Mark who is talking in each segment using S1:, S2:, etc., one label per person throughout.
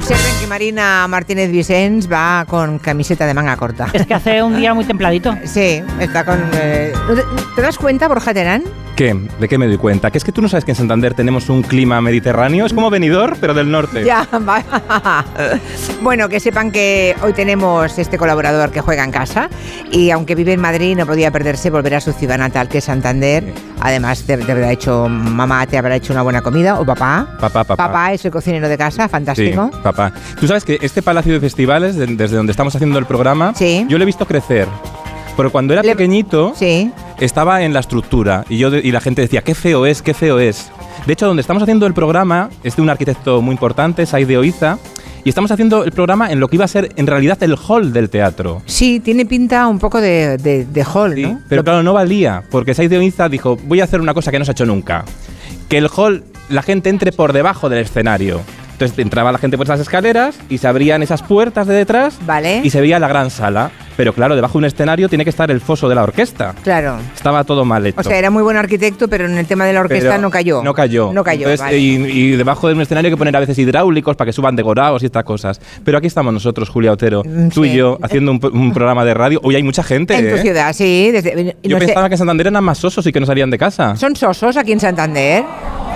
S1: Observen que Marina Martínez Vicens va con camiseta de manga corta.
S2: Es que hace un día muy templadito.
S1: Sí, está con... eh, ¿no te- ¿Te das cuenta, Borja Terán?
S3: ¿Qué? ¿De qué me doy cuenta? Que es que tú no sabes que en Santander tenemos un clima mediterráneo. Es como venidor, pero del norte.
S1: Ya, va. Bueno, que sepan que hoy tenemos este colaborador que juega en casa y aunque vive en Madrid no podía perderse volver a su ciudad natal que es Santander. Además te, te habrá hecho mamá, te habrá hecho una buena comida o papá.
S3: Papá, papá.
S1: Papá es el cocinero de casa,
S3: Sí,
S1: fantástico.
S3: papá. Tú sabes que este palacio de festivales, de- desde donde estamos haciendo el programa,
S1: Sí.
S3: yo lo he visto crecer. Pero cuando era
S1: Le-
S3: pequeñito,
S1: Sí.
S3: estaba en la estructura y, yo de- y la gente decía, qué feo es, qué feo es. De hecho, donde estamos haciendo el programa es de un arquitecto muy importante, Sai de Oiza, y estamos haciendo el programa en lo que iba a ser en realidad el hall del teatro.
S1: Sí, tiene pinta un poco de, de- de hall,
S3: Sí,
S1: ¿no?
S3: Pero claro, no valía, porque Saiz de Oiza dijo, voy a hacer una cosa que no se ha hecho nunca. Que el hall, la gente entre por debajo del escenario. Entonces entraba la gente por esas escaleras y se abrían esas puertas de detrás
S1: Vale.
S3: y se veía la gran sala. Pero claro, debajo de un escenario tiene que estar el foso de la orquesta.
S1: Claro.
S3: Estaba todo mal hecho.
S1: O sea, era muy buen arquitecto, pero en el tema de la orquesta
S3: Pero
S1: no cayó.
S3: No cayó.
S1: No cayó.
S3: Entonces,
S1: vale.
S3: y, y debajo de un escenario hay que poner a veces hidráulicos para que suban decorados y estas cosas. Pero aquí estamos nosotros, Julia Otero,
S1: Mm,
S3: tú
S1: sí.
S3: y yo, haciendo un, un programa de radio. Hoy hay mucha gente.
S1: en tu
S3: ¿eh?
S1: ciudad, sí. desde-
S3: Yo
S1: no sé-
S3: pensaba que en Santander eran más osos y que no salían de casa.
S1: ¿Son sosos aquí en Santander?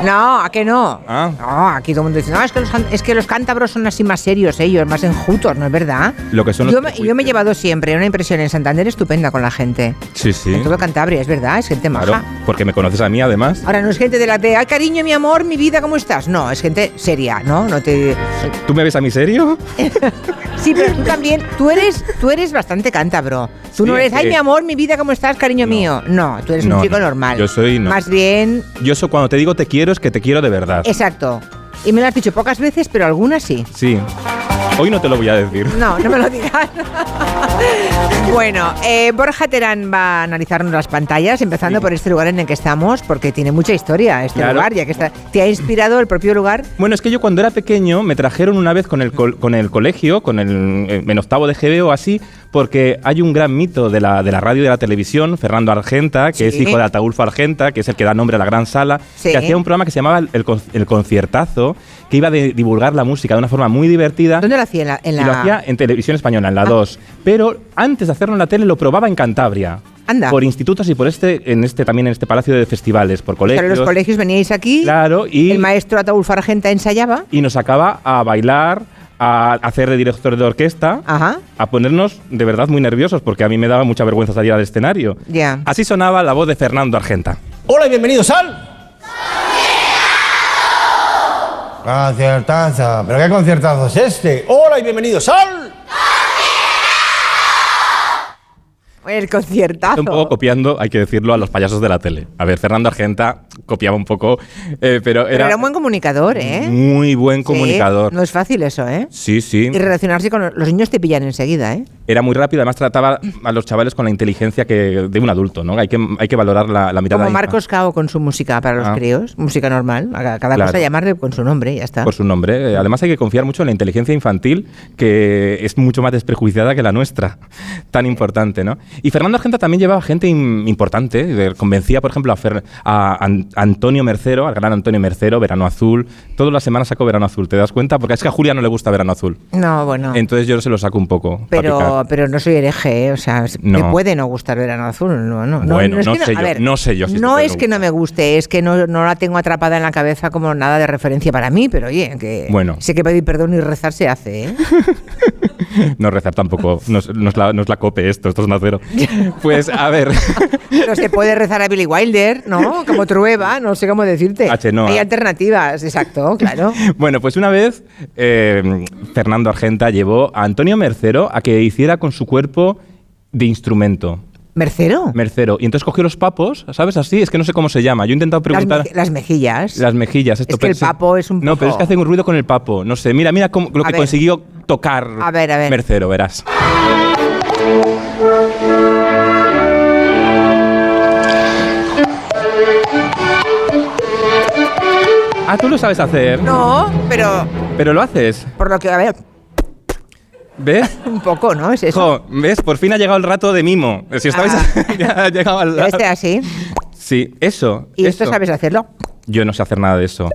S1: No, ¿a qué no?
S3: Ah.
S1: No, aquí todo el mundo dice, no, es que, los, can- es que los cántabros son así más serios ellos, más enjutos, ¿no es verdad?
S3: Lo que son los
S1: yo, me, yo me he
S3: prejuicios.
S1: llevado siempre una impresión en Santander estupenda con la gente.
S3: Sí, sí.
S1: En todo Cantabria, es verdad, es gente maja.
S3: Claro, porque me conoces a mí además.
S1: Ahora no es gente de la de, ay cariño, mi amor, mi vida, ¿cómo estás? No, es gente seria, ¿no? No te
S3: ¿Tú me ves a mí serio?
S1: Sí, pero tú también, tú eres, tú eres bastante cántabro. Tú no
S3: Sí,
S1: eres, ay
S3: sí.
S1: mi amor, mi vida, ¿cómo estás, cariño
S3: No.
S1: mío? No, tú eres un
S3: No,
S1: chico
S3: no,
S1: normal.
S3: yo soy no.
S1: Más bien,
S3: Yo so- cuando te digo te quiero es que te quiero de verdad.
S1: exacto. Y me lo has dicho pocas veces, pero algunas sí.
S3: Sí. Hoy no te lo voy a decir.
S1: No, no me lo digas. bueno, eh, Borja Terán va a analizarnos las pantallas, empezando
S3: Sí.
S1: por este lugar en el que estamos, porque tiene mucha historia este
S3: Claro.
S1: lugar, ya que está, te ha inspirado el propio lugar.
S3: Bueno, es que yo cuando era pequeño me trajeron una vez con el, col- con el colegio, con el, eh, en octavo de GB o así, porque hay un gran mito de la, de la radio y de la televisión, Fernando Argenta, que es
S1: Sí.
S3: hijo de Ataulfo Argenta, que es el que da nombre a la gran sala,
S1: Sí.
S3: que hacía un programa que se llamaba El, Con- El Conciertazo, que iba a de- divulgar la música de una forma muy divertida.
S1: ¿Dónde lo hacía? En la, en
S3: Y lo
S1: la- Ah.
S3: hacía en televisión española, en la 2. Pero antes de hacerlo en la tele, lo probaba en Cantabria.
S1: Anda.
S3: Por institutos y por este, en este, también en este palacio de festivales, por
S1: Claro,
S3: colegios.
S1: los colegios veníais aquí,
S3: Claro, y,
S1: el maestro Ataulfo Argenta ensayaba.
S3: y nos sacaba a bailar, a hacer de director de orquesta,
S1: Ajá.
S3: a ponernos de verdad muy nerviosos, porque a mí me daba mucha vergüenza salir al escenario.
S1: Ya.
S3: Así sonaba la voz de Fernando Argenta.
S4: Hola y bienvenidos al. Conciertazo. ¿Pero qué conciertazo es este? Hola y bienvenidos al.
S1: El conciertazo.
S3: un poco copiando, hay que decirlo, a los payasos de la tele. A ver, Fernando Argenta copiaba un poco, eh, pero
S1: Pero
S3: era,
S1: era un buen comunicador, ¿eh?
S3: muy buen
S1: Sí,
S3: comunicador.
S1: no es fácil eso, ¿eh?
S3: Sí, sí.
S1: Y relacionarse con los- los niños te pillan enseguida, ¿eh?
S3: Era muy rápido, además trataba a los chavales con la inteligencia que de un adulto, ¿no? Hay que, hay que valorar la, la mitad
S1: Como Marcos Cao con su música para los
S3: Ah.
S1: críos, música normal, a ca- cada
S3: Claro.
S1: cosa llamarle con su nombre, ya está.
S3: por su nombre. Eh, Además hay que confiar mucho en la inteligencia infantil, que es mucho más desprejuiciada que la nuestra. Tan importante, ¿no? Y Fernando Argenta también llevaba gente im- importante. eh, Convencía, por ejemplo, a, Fer- a An- Antonio Mercero, al gran Antonio Mercero, Verano Azul. Todas las semanas saco Verano Azul, ¿te das cuenta? Porque es que a Julia no le gusta Verano Azul.
S1: No, bueno.
S3: Entonces yo se lo saco un poco. pa' picar.
S1: Ah. pero, pero no soy hereje, ¿eh? o sea, s- me
S3: No.
S1: puede no gustar verano azul, no, no, no,
S3: Bueno,
S1: es
S3: no
S1: que
S3: sé
S1: a
S3: yo, no sé yo si
S1: no
S3: te
S1: es
S3: puede
S1: que no me guste, es que no, no la tengo atrapada en la cabeza como nada de referencia para mí, pero oye, que
S3: Bueno.
S1: sé que pedir perdón y rezar se hace, ¿eh?
S3: No, rezar tampoco. Nos, nos la, nos la cope esto, esto es una cero. Pues a ver.
S1: Pero se puede rezar a Billy Wilder, ¿no? Como Trueba, no sé cómo decirte.
S3: A Chenoa.
S1: Hay alternativas, exacto, claro.
S3: Bueno, pues una vez eh, Fernando Argenta llevó a Antonio Mercero a que hiciera con su cuerpo de instrumento.
S1: ¿Mercero?
S3: Mercero. Y entonces cogió los papos, ¿sabes? Así, es que no sé cómo se llama. Yo he intentado
S1: Las,
S3: preguntar.
S1: meje- las mejillas.
S3: Las mejillas, esto
S1: Es que el
S3: pensé-
S1: papo es un
S3: No, pero es
S1: poco-
S3: que hacen un ruido con el papo. No sé, mira, mira cómo- lo
S1: A
S3: que
S1: ver.
S3: consiguió tocar
S1: A ver, a ver.
S3: Mercero, verás. Ah, tú lo sabes hacer,
S1: No, pero
S3: pero lo haces.
S1: por lo que, a ver,
S3: ¿Ves?
S1: un poco, ¿no? Es eso.
S3: Jo, ¿ves? Por fin ha llegado el rato de mimo. Si estabais.
S1: Ah.
S3: ya ha llegado al
S1: Debe ser Este así.
S3: Sí, eso.
S1: ¿Y
S3: eso.
S1: esto sabes hacerlo?
S3: Yo no sé hacer nada de eso.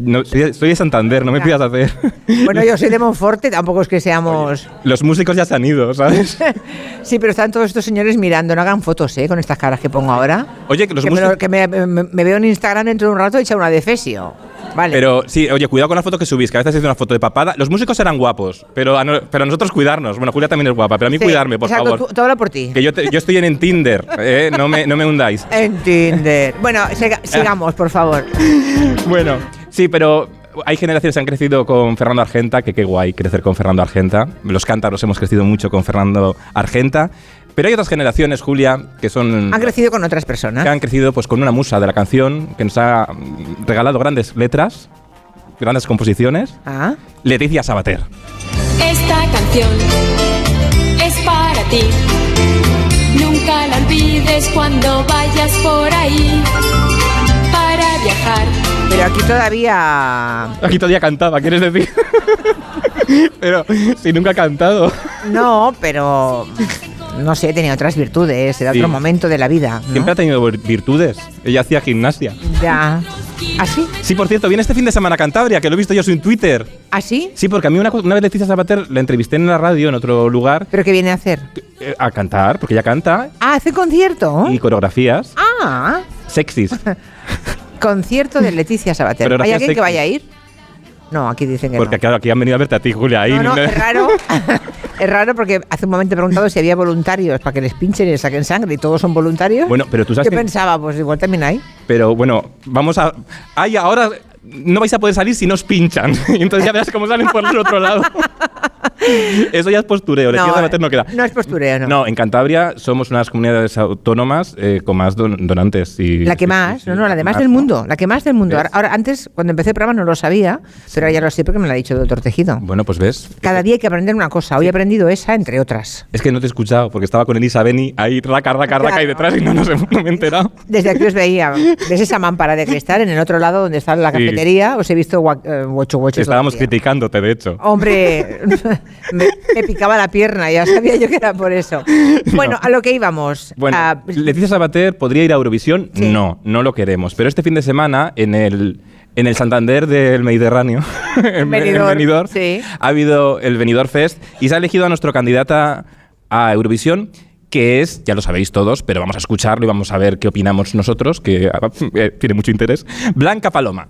S3: No, soy, soy de Santander, no me pidas hacer.
S1: Bueno, yo soy de Monforte, tampoco es que seamos...
S3: Los músicos ya se han ido, ¿sabes?
S1: Sí, pero están todos estos señores mirando, no hagan fotos, ¿eh? Con estas caras que pongo ahora.
S3: Oye, que los
S1: que me,
S3: músicos.
S1: lo- que me- me- me veo en Instagram dentro de un rato hecha una defesio. Vale.
S3: Pero sí, oye, cuidado con las fotos que subís, que a veces es una foto de papada. Los músicos eran guapos, pero a, no- pero a nosotros cuidarnos. Bueno, Julia también es guapa, pero a mí
S1: Sí,
S3: cuidarme, por
S1: exacto,
S3: favor.
S1: tú- tú habla por ti.
S3: Que yo, te- yo estoy en, en Tinder, ¿eh? no, me, no me hundáis.
S1: En Tinder. Bueno, siga-
S3: Ah.
S1: sigamos, por favor.
S3: Mm. Bueno, sí, pero hay generaciones que han crecido con Fernando Argenta, que qué guay crecer con Fernando Argenta. Los cántaros hemos crecido mucho con Fernando Argenta. Pero hay otras generaciones, Julia, que son...
S1: Han crecido con otras
S3: que
S1: personas.
S3: han crecido pues, con una musa de la canción, que nos ha mm, regalado grandes letras, grandes composiciones.
S1: Ah.
S3: Leticia Sabater.
S5: Esta canción es para ti. Nunca la olvides cuando vayas por ahí para viajar.
S1: Pero aquí todavía.
S3: Aquí todavía cantaba, ¿quieres decir? pero si nunca ha cantado.
S1: No, pero. No sé, tenía otras virtudes. Era
S3: Sí.
S1: otro momento de la vida. ¿no?
S3: Siempre ha tenido vir- virtudes. Ella hacía gimnasia.
S1: Ya. ¿Así?
S3: Sí, por cierto, viene este fin de semana a Cantabria, que lo he visto yo en Twitter.
S1: ¿Así?
S3: Sí, porque a mí una, co- una vez Leticia Sabater la entrevisté en la radio, en otro lugar,
S1: ¿Pero qué viene a hacer?
S3: eh, a cantar, porque ella canta,
S1: Ah, hace concierto.
S3: y coreografías
S1: Ah,
S3: sexys.
S1: concierto de Leticia Sabater.
S3: Mm. Pero
S1: ¿Hay alguien
S3: gracias,
S1: que
S3: Tex.
S1: vaya a ir? No, aquí dicen que
S3: Porque
S1: no.
S3: claro, aquí han venido a verte a ti, Julia. Ahí
S1: No, no, es raro. es raro porque hace un momento he preguntado si había voluntarios para que les pinchen y les saquen sangre y todos son voluntarios.
S3: Bueno, pero tú sabes
S1: Yo
S3: que-
S1: pensaba, pues igual también hay.
S3: Pero bueno, vamos a. Ay, ahora no vais a poder salir si nos pinchan. Y Entonces ya verás cómo salen por el otro lado. Eso ya es postureo, Leticia Sabater no queda.
S1: no es postureo, no.
S3: No, en Cantabria somos unas comunidades autónomas eh, con más don- donantes. Y,
S1: La que
S3: sí, sí,
S1: más,
S3: sí,
S1: no, no, la de más
S3: más,
S1: del
S3: ¿no?
S1: mundo, la que más del mundo. Ahora,
S3: ¿Ves?
S1: ahora, antes, cuando empecé el programa no lo sabía, pero ahora ya lo sé porque me lo ha dicho el doctor Tejido.
S3: Bueno, pues ves.
S1: Cada día hay que aprender una cosa. Hoy he aprendido esa, entre otras.
S3: Es que no te he escuchado porque estaba con Elisa Beni ahí, raca, raca, raca,
S1: Claro.
S3: y detrás y no, nos hemos- no me he enterado.
S1: Desde aquí os veía, desde esa mampara de cristal, en el otro lado donde está la
S3: Sí.
S1: cafetería, os he visto guacho guacho. todo el
S3: Estábamos
S1: día.
S3: criticándote, de hecho.
S1: Oh, Hombre, me, me picaba la pierna, ya sabía yo que era por eso. Bueno, a
S3: No.
S1: lo que íbamos.
S3: Bueno,
S1: Ah,
S3: Leticia Sabater podría ir a Eurovisión.
S1: Sí.
S3: No, no lo queremos. Pero este fin de semana en el en el Santander del Mediterráneo, en
S1: Benidorm,
S3: en Benidorm,
S1: sí.
S3: ha habido el Benidorm Fest y se ha elegido a nuestro candidata a Eurovisión, que es, ya lo sabéis todos, pero vamos a escucharlo y vamos a ver qué opinamos nosotros, que eh, tiene mucho interés. Blanca Paloma.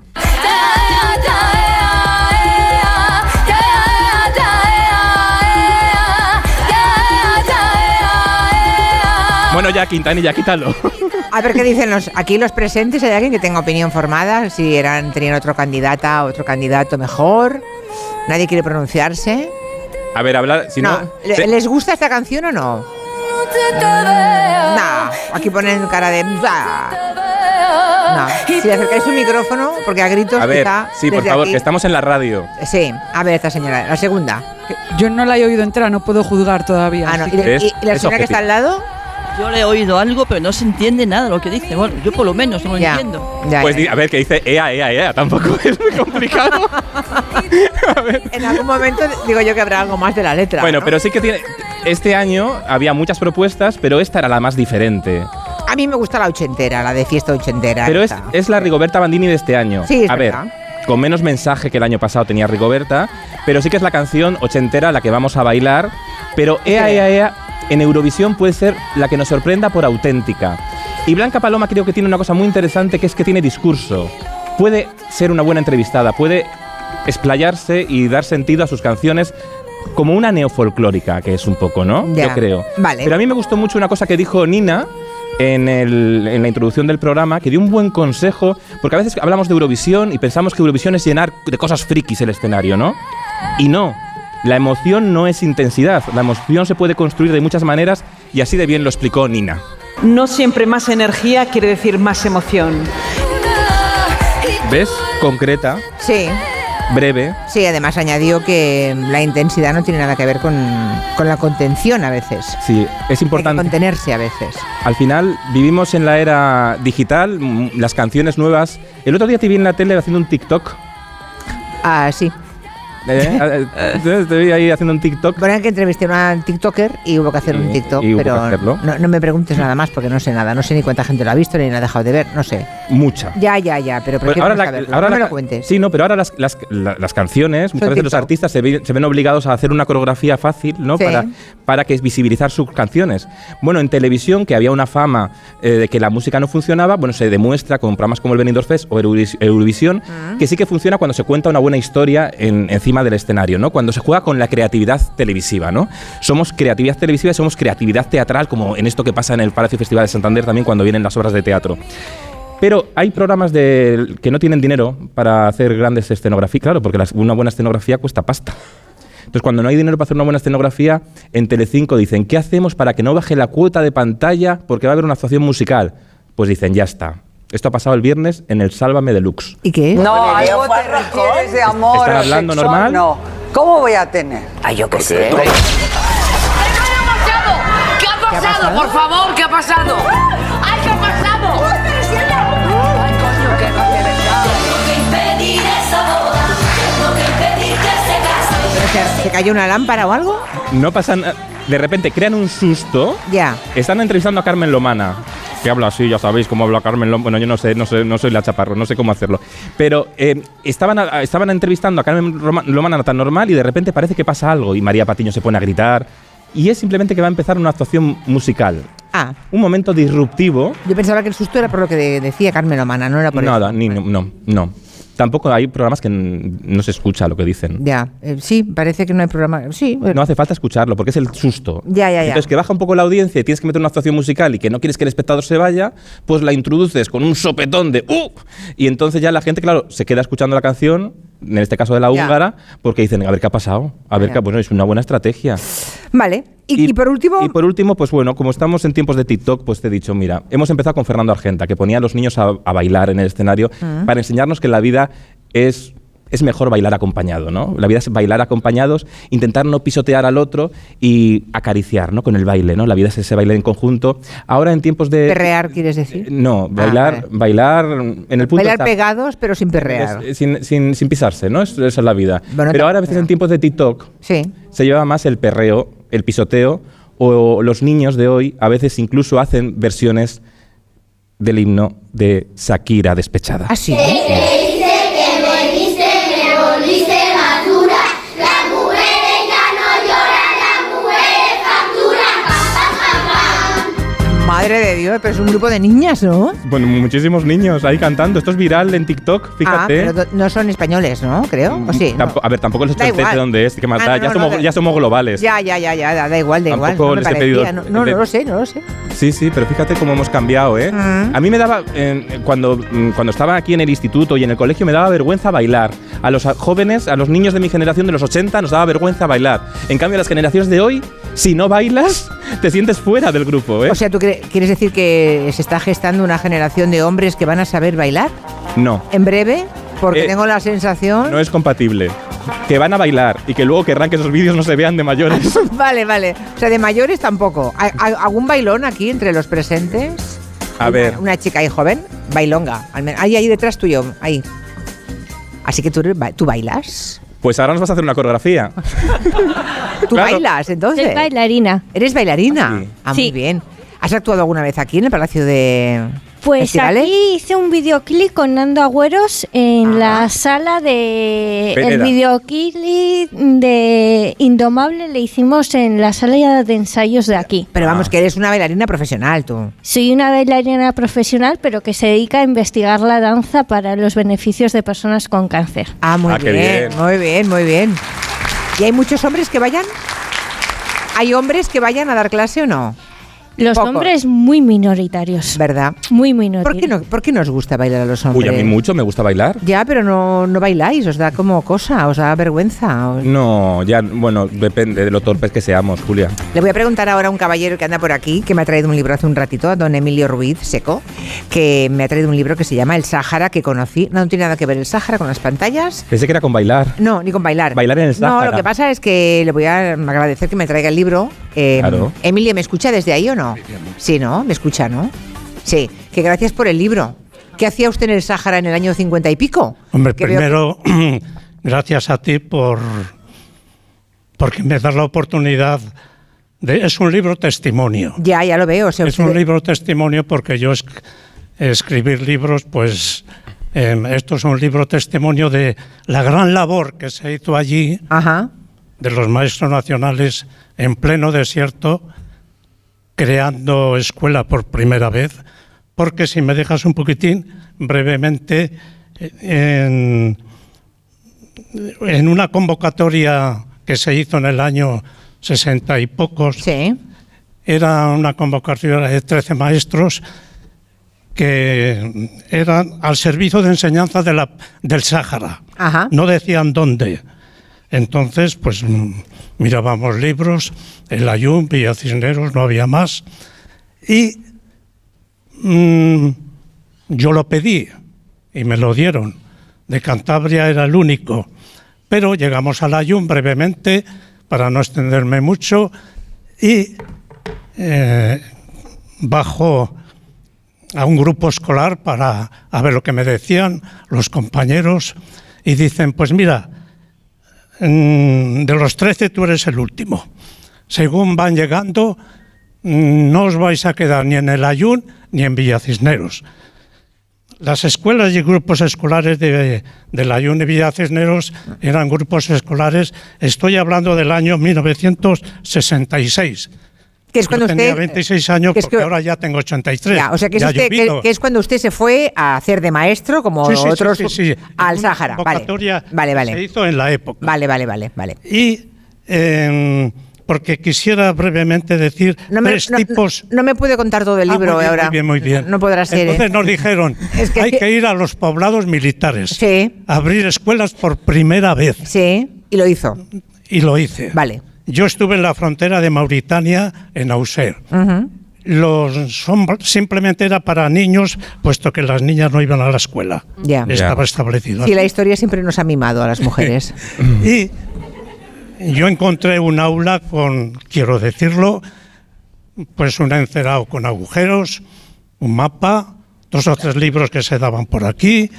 S3: Bueno, ya Quintani, ya quítalo.
S1: a ver qué dicen los, aquí los presentes. ¿Hay alguien que tenga opinión formada? Si eran, tenían otro candidata, otro candidato mejor. ¿Nadie quiere pronunciarse?
S3: A ver, hablar, si no...
S1: no. ¿le- ¿Les gusta esta canción o no? No. Aquí ponen cara de... "Bah". No. Si le acercáis un micrófono, porque a gritos
S3: a ver,
S1: quizá
S3: sí, por
S1: desde
S3: favor,
S1: aquí-
S3: que estamos en la radio.
S1: Sí, a ver esta señora, la segunda.
S6: Yo no la he oído entrar, no puedo juzgar todavía.
S1: Ah, no.
S6: así
S1: ¿Y,
S6: que-
S1: la-
S3: Es-
S1: y- y la
S3: es
S1: señora que está
S3: objetivo.
S1: al lado?
S7: Yo le he oído algo, pero no se entiende nada de lo que dice. Bueno, yo por lo menos no lo
S1: Ya,
S7: entiendo.
S1: ya,
S3: Pues
S1: ya.
S3: di- a ver, que dice ea, ea, ea, tampoco es muy complicado.
S1: En algún momento digo yo que habrá algo más de la letra.
S3: Bueno,
S1: ¿no?
S3: pero sí que tiene. Este año había muchas propuestas, pero esta era la más diferente.
S1: A mí me gusta la ochentera, la de fiesta ochentera.
S3: Pero es,
S1: esta.
S3: es la Rigoberta Bandini de este año.
S1: Sí, es
S3: A ver,
S1: verdad.
S3: con menos mensaje que el año pasado tenía Rigoberta, pero sí que es la canción ochentera la que vamos a bailar. Pero Ea, Ea, Ea en Eurovisión puede ser la que nos sorprenda por auténtica. Y Blanca Paloma creo que tiene una cosa muy interesante que es que tiene discurso. Puede ser una buena entrevistada, puede explayarse y dar sentido a sus canciones como una neofolclórica, que es un poco, ¿no?
S1: Ya.
S3: Yo creo.
S1: Vale.
S3: Pero a mí me gustó mucho una cosa que dijo Nina en, el- en la introducción del programa, que dio un buen consejo, porque a veces hablamos de Eurovisión y pensamos que Eurovisión es llenar de cosas frikis el escenario, ¿no? Y no. La emoción no es intensidad, la emoción se puede construir de muchas maneras y así de bien lo explicó Nina.
S8: No siempre más energía quiere decir más emoción.
S3: ¿Ves? Concreta,
S1: Sí,
S3: breve.
S1: sí, además añadió que la intensidad no tiene nada que ver con, con la contención a veces.
S3: Sí, es
S1: Hay que
S3: importante.
S1: contenerse a veces.
S3: Al final vivimos en la era digital, mm, las canciones nuevas. El otro día te vi en la tele haciendo un TikTok
S1: Ah, sí.
S3: Eh, eh, Estoy ahí haciendo un TikTok.
S1: Bueno, que entrevisté a una TikToker y hubo que hacer
S3: Y-
S1: un TikTok,
S3: y hubo que
S1: pero
S3: hacerlo.
S1: no, no me preguntes nada más porque no sé nada. No sé ni cuánta gente lo ha visto ni lo ha dejado de ver, no sé.
S3: Mucha.
S1: Ya, ya, ya, pero
S3: Pero
S1: prefiero
S3: Pues ahora
S1: no
S3: la-
S1: saberlo.
S3: ahora
S1: no me
S3: la-
S1: lo cuentes.
S3: Sí, no, pero ahora las, las- la- las canciones, muchas
S1: Son
S3: veces los
S1: TikTok.
S3: artistas se, vi- se ven obligados a hacer una coreografía fácil, ¿no?
S1: Sí.
S3: Para, para que visibilizar sus canciones. Bueno, en televisión, que había una fama eh, de que la música no funcionaba, bueno, se demuestra con programas como el Benidorm Fest o Eurovis- Eurovisión,
S1: Ah.
S3: que sí que funciona cuando se cuenta una buena historia en- encima del escenario, ¿no? Cuando se juega con la creatividad televisiva, ¿no? Somos creatividad televisiva y somos creatividad teatral, como en esto que pasa en el Palacio Festival de Santander también cuando vienen las obras de teatro. Pero hay programas de, que no tienen dinero para hacer grandes escenografías, claro, porque las- una buena escenografía cuesta pasta. Entonces, cuando no hay dinero para hacer una buena escenografía, en Telecinco dicen, ¿qué hacemos para que no baje la cuota de pantalla porque va a haber una actuación musical? Pues dicen, ya está. Esto ha pasado el viernes en el Sálvame Deluxe.
S1: ¿Y qué? es?
S9: No, algo te refieres de amor.
S3: ¿Están hablando
S9: sexual,
S3: normal?
S9: No. ¿Cómo voy a tener? Ay, yo qué sé.
S5: ¿Qué ha pasado? Por favor, ¿qué ha pasado? ¡Ay, qué ha pasado! ¡Uy, pero si es la ¡Ay, coño, qué
S1: ¿Pero se, se cayó una lámpara o algo?
S3: No pasan... De repente crean un susto.
S1: Ya.
S3: Están entrevistando a Carmen Lomana. Que habla así, ya sabéis cómo habla Carmen Lomana. Bueno, yo no sé, no sé, no soy la chaparro, no sé cómo hacerlo. Pero eh, estaban, a- estaban entrevistando a Carmen Roma- Lomana tan normal y de repente parece que pasa algo y María Patiño se pone a gritar. Y es simplemente que va a empezar una actuación musical.
S1: Ah,
S3: Un momento disruptivo.
S1: yo pensaba que el susto era por lo que de- decía Carmen Omana, no era Ah, por
S3: Nada,
S1: eso.
S3: ni, no, no, no. Tampoco hay programas que n- no se escucha lo que dicen.
S1: Ya, eh, sí, parece que no hay programa. Sí, eh,
S3: No hace falta escucharlo porque es el susto.
S1: Ya, ya, ya.
S3: Entonces, que baja un poco la audiencia y tienes que meter una actuación musical y que no quieres que el espectador se vaya, pues la introduces con un sopetón de ¡Uh! Y entonces ya la gente, claro, se queda escuchando la canción, en este caso de la
S1: Ya.
S3: húngara, porque dicen, a ver qué ha pasado. A ver
S1: Ya.
S3: qué, bueno, es una buena estrategia.
S1: Vale, y, y por último,
S3: Y por último, pues bueno, como estamos en tiempos de TikTok, pues te he dicho, mira, hemos empezado con Fernando Argenta, que ponía a los niños a, a bailar en el escenario
S1: Ah.
S3: para enseñarnos que la vida es... Es mejor bailar acompañado, ¿no? La vida es bailar acompañados, intentar no pisotear al otro y acariciar, ¿no? Con el baile, ¿no? La vida es ese baile en conjunto. Ahora en tiempos de...
S1: perrear, ¿quieres
S3: Eh,
S1: decir?
S3: No, bailar,
S1: vale.
S3: bailar en el punto eh,
S1: Bailar
S3: exacto.
S1: pegados, pero sin perrear.
S3: Es- Sin, sin- sin pisarse, ¿no? Es- Esa es la vida.
S1: Bueno,
S3: Pero
S1: ta-
S3: ahora a veces
S1: pero-
S3: en tiempos de TikTok
S1: Sí.
S3: se lleva más el perreo, el pisoteo, o los niños de hoy a veces incluso hacen versiones del himno de Shakira despechada.
S1: Así. Madre de Dios, pero es un grupo de niñas, ¿no?
S3: Bueno, muchísimos niños ahí cantando. Esto es viral en TikTok,
S1: Ah,
S3: fíjate.
S1: pero do- no son españoles, ¿no? Creo. ¿O sí?
S3: Tampo-
S1: No.
S3: A ver, tampoco les
S1: Da
S3: pregunté
S1: igual.
S3: de dónde es, que más
S1: Ah,
S3: da,
S1: no,
S3: ya,
S1: no,
S3: somos,
S1: no, da-
S3: ya somos globales.
S1: Ya, ya, ya, ya, da, da igual, da igual.
S3: Tampoco
S1: no, me
S3: les he pedido-
S1: parecía, no, no,
S3: de- ¿Eh?
S1: no lo sé, no lo sé.
S3: Sí, sí, pero fíjate cómo hemos cambiado, ¿eh?
S1: Mm.
S3: A mí me daba, eh, cuando, mm, cuando estaba aquí en el instituto y en el colegio, me daba vergüenza bailar. A los a- jóvenes, a los niños de mi generación de los 80, nos daba vergüenza bailar. En cambio, las generaciones de hoy, si no bailas, te sientes fuera del grupo, ¿eh?
S1: O sea, ¿tú cre- quieres decir que se está gestando una generación de hombres que van a saber bailar
S3: no,
S1: en breve? Porque
S3: Eh,
S1: tengo la sensación...
S3: no es compatible. Que van a bailar y que luego querrán que esos vídeos no se vean de mayores.
S1: Vale, vale. O sea, de mayores tampoco. ¿Hay- hay ¿Algún bailón aquí entre los presentes?
S3: A
S1: Una-
S3: ver.
S1: Una chica ahí joven, bailonga. al men- Ahí, ahí detrás tuyo, ahí. Así que tú, eres ba- tú bailas.
S3: Pues ahora nos vas a hacer una coreografía.
S1: Tú
S3: Claro.
S1: bailas, entonces.
S10: Soy bailarina.
S1: ¿Eres bailarina?
S3: Sí.
S1: Ah, muy
S10: Sí.
S1: bien. ¿Has actuado alguna vez aquí en el Palacio de
S10: Pues
S1: Festivales?
S10: aquí hice un videoclip con Nando Agüeros en
S5: Ah.
S10: la sala de el
S3: Pereda.
S10: videoclip de Indomable le hicimos en la sala de ensayos de aquí.
S1: Pero
S3: Ah.
S1: vamos, que eres una bailarina profesional tú.
S10: Soy una bailarina profesional, pero que se dedica a investigar la danza para los beneficios de personas con cáncer.
S1: Ah, muy
S3: Ah, qué
S1: bien,
S3: bien.
S1: muy bien, muy bien. ¿Y hay muchos hombres que vayan? ¿Hay hombres que vayan a dar clase o no?
S10: Los
S1: Pocos.
S10: hombres muy minoritarios.
S1: ¿Verdad?
S10: Muy minoritarios.
S1: ¿Por qué, no, ¿Por qué nos gusta bailar a los hombres?
S3: Uy, a mí mucho me gusta bailar.
S1: Ya, pero no, no bailáis, os da como cosa, os da vergüenza. os-
S3: No, ya, bueno, depende de lo torpes que seamos, Julia.
S1: Le voy a preguntar ahora a un caballero que anda por aquí, que me ha traído un libro hace un ratito, a don Emilio Ruiz Seco, que me ha traído un libro que se llama El Sáhara que conocí. No, no tiene nada que ver el Sáhara con las pantallas.
S3: Pensé que era con bailar.
S1: No, ni con bailar.
S3: Bailar en el
S1: No,
S3: Sáhara.
S1: lo que pasa es que le voy a agradecer que me traiga el libro. Eh,
S3: Claro.
S1: Emilio, ¿me escucha desde ahí o no? Sí, ¿no? ¿Me escucha, no? Sí, que gracias por el libro. ¿Qué hacía usted en el Sáhara en el año 50 y pico?
S11: Hombre,
S1: Que veo que-
S11: primero gracias a ti por porque me das la oportunidad de es un libro testimonio.
S1: Ya, ya lo veo. o sea,
S11: Es un
S1: usted-
S11: libro testimonio porque yo es- escribir libros, pues em, esto es un libro testimonio de la gran labor que se hizo allí de los maestros nacionales en pleno desierto, creando escuela por primera vez. Porque si me dejas un poquitín, brevemente, eh, en, en una convocatoria que se hizo en el año 60 y pocos, era una convocatoria de 13 maestros que eran al servicio de enseñanza de la- del Sáhara. No decían dónde. Entonces, pues mm, mirábamos libros, el Ayun, Villa Cisneros, no había más. Y mm, yo lo pedí y me lo dieron. De Cantabria era el único. Pero llegamos al Ayun brevemente, para no extenderme mucho, y eh, bajo a un grupo escolar para a ver lo que me decían los compañeros y dicen, pues mira, mm, de los 13 tú eres el último. Según van llegando, mm, no os vais a quedar ni en el Ayun ni en Villacisneros. Las escuelas y grupos escolares de, del Ayun y Villacisneros eran grupos escolares, estoy hablando del año 1966.
S1: Que es cuando
S11: Yo tenía
S1: usted-
S11: 26 años
S1: que es
S11: porque
S1: que-
S11: ahora ya tengo 83.
S1: Ya, o sea, que es,
S11: Ya ha
S1: usted- que-
S11: llovido.
S1: que es cuando usted se fue a hacer de maestro, como
S11: Sí, sí, sí,
S1: otros,
S11: sí, sí.
S1: al Sáhara. Vale,
S11: convocatoria
S1: vale, vale.
S11: se hizo en la época.
S1: Vale, vale, vale. vale.
S11: Y eh, porque quisiera brevemente decir
S1: No me,
S11: tres
S1: no-
S11: tipos.
S1: no me puede contar todo el
S11: Ah,
S1: libro
S11: muy bien,
S1: ahora.
S11: Muy bien, muy bien.
S1: No podrá ser. ¿eh?
S11: Entonces nos dijeron,
S1: Es que-
S11: hay que ir a los poblados militares. Abrir escuelas por primera vez.
S1: Sí, y lo hizo.
S11: Y lo hice.
S1: Vale.
S11: Yo estuve en la frontera de Mauritania, en Auser.
S1: Ujú.
S11: los som- simplemente era para niños, puesto que las niñas no iban a la escuela.
S1: Ya.
S11: Estaba establecido.
S1: Sí, la historia siempre nos ha mimado a las mujeres.
S11: Y yo encontré un aula con, quiero decirlo, pues un encerado con agujeros, un mapa, dos o tres libros que se daban por aquí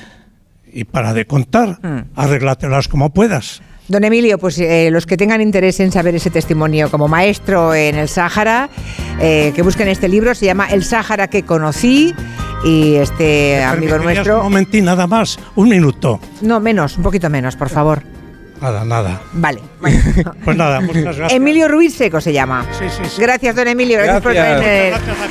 S11: y para de contar,
S8: Mm.
S11: arréglatelas como puedas.
S1: Don Emilio, pues eh, los que tengan interés en saber ese testimonio como maestro en el Sáhara, eh, que busquen este libro, se llama El Sáhara que conocí y este amigo
S11: Permitirías Un
S1: nuestro...
S11: momentín, nada más, un minuto.
S1: No, menos, un poquito menos, por favor.
S11: Nada, nada.
S1: Vale.
S11: Pues nada, muchas gracias.
S1: Emilio Ruiz Seco se llama. Gracias, don Emilio. Gracias, por
S11: Gracias.
S1: traerme-